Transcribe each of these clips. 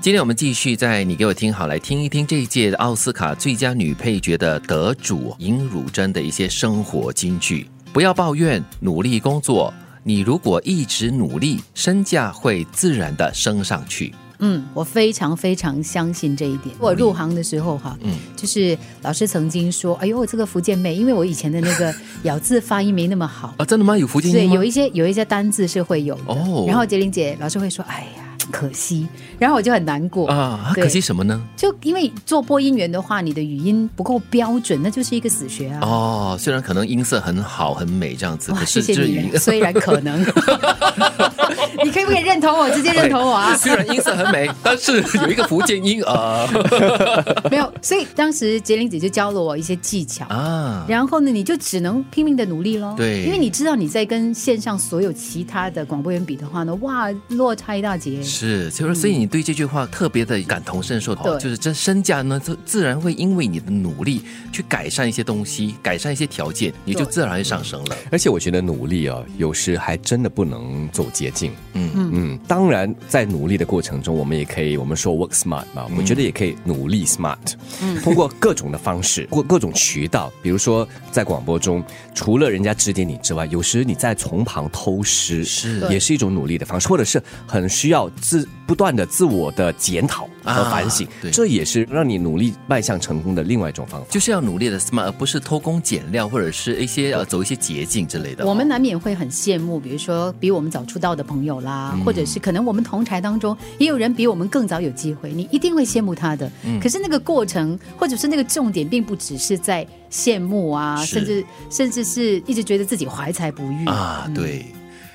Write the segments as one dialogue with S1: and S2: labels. S1: 今天我们继续在你给我听好来听一听这一届奥斯卡最佳女配角的得主尹汝贞的一些生活金句。不要抱怨，努力工作。你如果一直努力，身价会自然的升上去。
S2: 嗯，我非常非常相信这一点。我入行的时候哈，
S1: 嗯
S2: 就是老师曾经说：“哎呦，我这个福建妹，因为我以前的那个咬字发音没那么 好，
S1: 啊，真的吗？有福建
S2: 对，
S1: 音吗？
S2: 有一些有一些单字是会有的。
S1: 哦
S2: 然后杰玲姐老师会说：‘哎呀，可惜。’然后我就很难过，
S1: 啊，啊
S2: 对
S1: 可惜什么呢？
S2: 就因为做播音员的话，你的语音不够标准，那就是一个死学啊。
S1: 哦，虽然可能音色很好很美这样子，
S2: 哇，
S1: 可
S2: 谢
S1: 是
S2: 谢
S1: 至
S2: 你
S1: 于！
S2: 们。虽然可能， 你可以不可以认同我？直接认同我啊
S1: 虽然音色很美，但是有一个福建音 啊
S2: 没有，所以当时杰玲姐就教了我一些技巧。
S1: 啊，
S2: 然后呢，你就只能拼命的努力喽。
S1: 对
S2: 因为你知道你在跟线上所有其他的广播员比的话呢，哇，落差一大截。
S1: 是，就是所以你对这句话特别的感同身受，哦
S2: 对
S1: 就是这身价呢，自自然会因为你的努力去改善一些东西，改善一些条件，你就
S2: 对
S1: 自然会上升了。
S3: 而且我觉得努力啊，有时还真的不能走捷径。
S1: 嗯
S3: 嗯，当然在努力的过程中，我们也可以，我们说 work smart 嘛，
S1: 嗯
S3: 我觉得也可以努力 smart，、通过各种的方式， 过各种渠道，比如说在广播中，除了人家指点你之外，有时你在从旁偷师，
S1: 是
S3: 也是一种努力的方式，或者是很需要自不断的自我的检讨和反省，
S1: 啊对
S3: 这也是让你努力迈向成功的另外一种方法。
S1: 就是要努力的 smart，而不是偷工减料或者是一些呃走一些捷径之类的哦。
S2: 我们难免会很羡慕，比如说比我们早出道的朋友啦，
S1: 嗯
S2: 或者是可能我们同台当中也有人比我们更早有机会，你一定会羡慕他的。
S1: 嗯
S2: 可是那个过程，或者是那个重点，并不只是在羡慕啊，
S1: 是
S2: 甚至甚至是一直觉得自己怀才不遇
S1: 啊，对。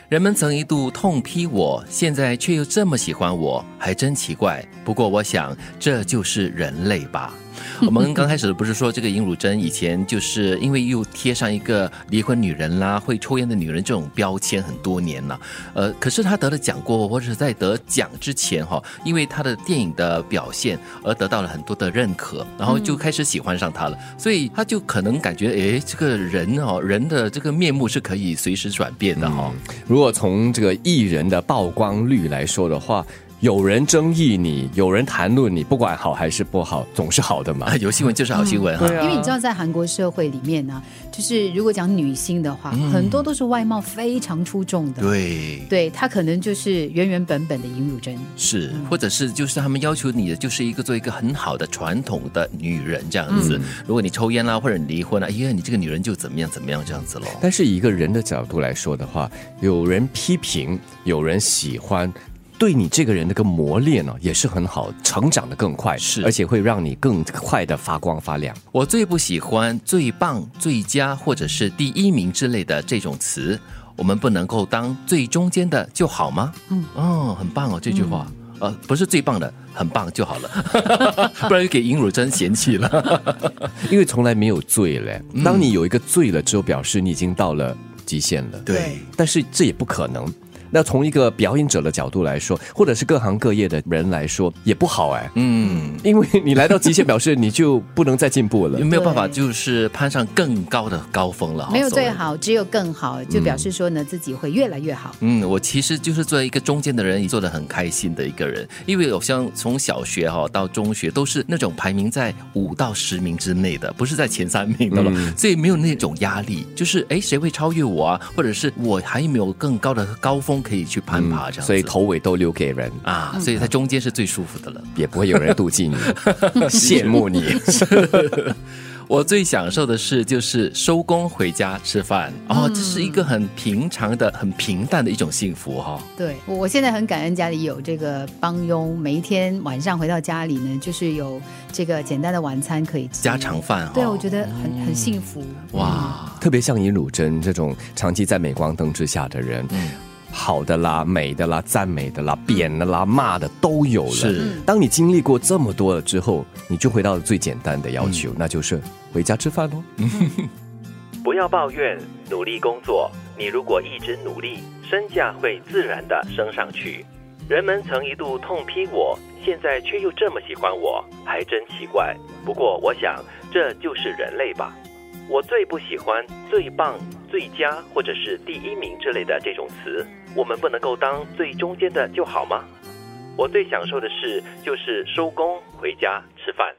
S1: 人们曾一度痛批我，现在却又这么喜欢我，还真奇怪。不过我想，这就是人类吧。我们刚开始不是说这个尹汝贞以前就是因为又贴上一个离婚女人啦、会抽烟的女人这种标签很多年了，呃，可是她得了奖过后，或者是在得奖之前哈、因为她的电影的表现而得到了很多的认可，然后就开始喜欢上她了，
S3: 嗯
S1: 所以她就可能感觉，诶，这个人哦，人的这个面目是可以随时转变的哈、
S3: 如果从这个艺人的曝光率来说的话，有人争议你，有人谈论你，不管好还是不好，总是好的嘛
S1: 啊，。有新闻就是好新闻哈、
S3: 对啊
S2: 因为你知道，在韩国社会里面呢、就是如果讲女星的话，很多都是外貌非常出众
S1: 嗯
S2: 的。
S1: 对。
S2: 对她可能就是原原本本的尹汝贞，
S1: 是，
S3: 嗯
S1: 或者是就是他们要求你的就是一个做一个很好的传统的女人这样
S3: 嗯
S1: 子。如果你抽烟啦，或者你离婚啦，哎呀，你这个女人就怎么样怎么样这样子咯。
S3: 但是以一个人的角度来说的话，有人批评，有人喜欢。对你这个人的个磨练呢、也是很好，成长的更快，
S1: 是
S3: 而且会让你更快的发光发亮。
S1: 我最不喜欢“最棒”“最佳”或者是“第一名”之类的这种词，我们不能够当最中间的就好吗？嗯，哦，很棒哦，这句话。
S2: 嗯
S1: 呃，不是最棒的，很棒就好了， 不然就给尹汝贞嫌弃了。
S3: 因为从来没有醉嘞，
S1: 嗯
S3: 当你有一个醉了之后，表示你已经到了极限了。
S2: 对
S3: 但是这也不可能。那从一个表演者的角度来说，或者是各行各业的人来说，也不好哎，
S1: 嗯，
S3: 因为你来到极限，表示你就不能再进步了
S1: 有。没有办法
S2: 对
S1: 就是攀上更高的高峰了？
S2: 没有
S1: 哦所谓
S2: 最
S1: 的。
S2: 好，只有更好，就表示说呢、自己会越来越好。
S1: 嗯，我其实就是作为一个中间的人，也做的很开心的一个人，因为我像从小学哈、到中学都是那种排名在五到十名之内的，不是在前三名的了，
S3: 嗯
S1: 所以没有那种压力，就是哎谁会超越我啊，或者是我还没有更高的高峰可以去攀爬这样子，
S3: 嗯所以头尾都留给人，
S2: 嗯
S1: 啊，所以在中间是最舒服的了。
S3: 也不会有人 妒忌你、羡慕你。
S1: 我最享受的事就是收工回家吃饭，
S2: 嗯
S1: 哦，这是一个很平常的、很平淡的一种幸福哈、
S2: 对我，我现在很感恩家里有这个帮佣，每一天晚上回到家里呢，就是有这个简单的晚餐可以吃。
S1: 家常饭哈、
S2: 对，我觉得很、很幸福。嗯
S1: 哇。
S3: 特别像尹汝贞这种长期在镁光灯之下的人，
S1: 嗯
S2: 嗯
S3: 好的啦、美的啦、赞美的啦、贬的啦、骂的都有了。
S1: 是嗯
S3: 当你经历过这么多了之后，你就回到了最简单的要求，那就是回家吃饭哦。
S4: 不要抱怨，努力工作。你如果一直努力，身价会自然的升上去。人们曾一度痛批我，现在却又这么喜欢我，还真奇怪。不过我想，这就是人类吧。我最不喜欢“最棒”“最佳”或者是“第一名”之类的这种词，我们不能够当最中间的就好吗？我最享受的事就是收工回家吃饭。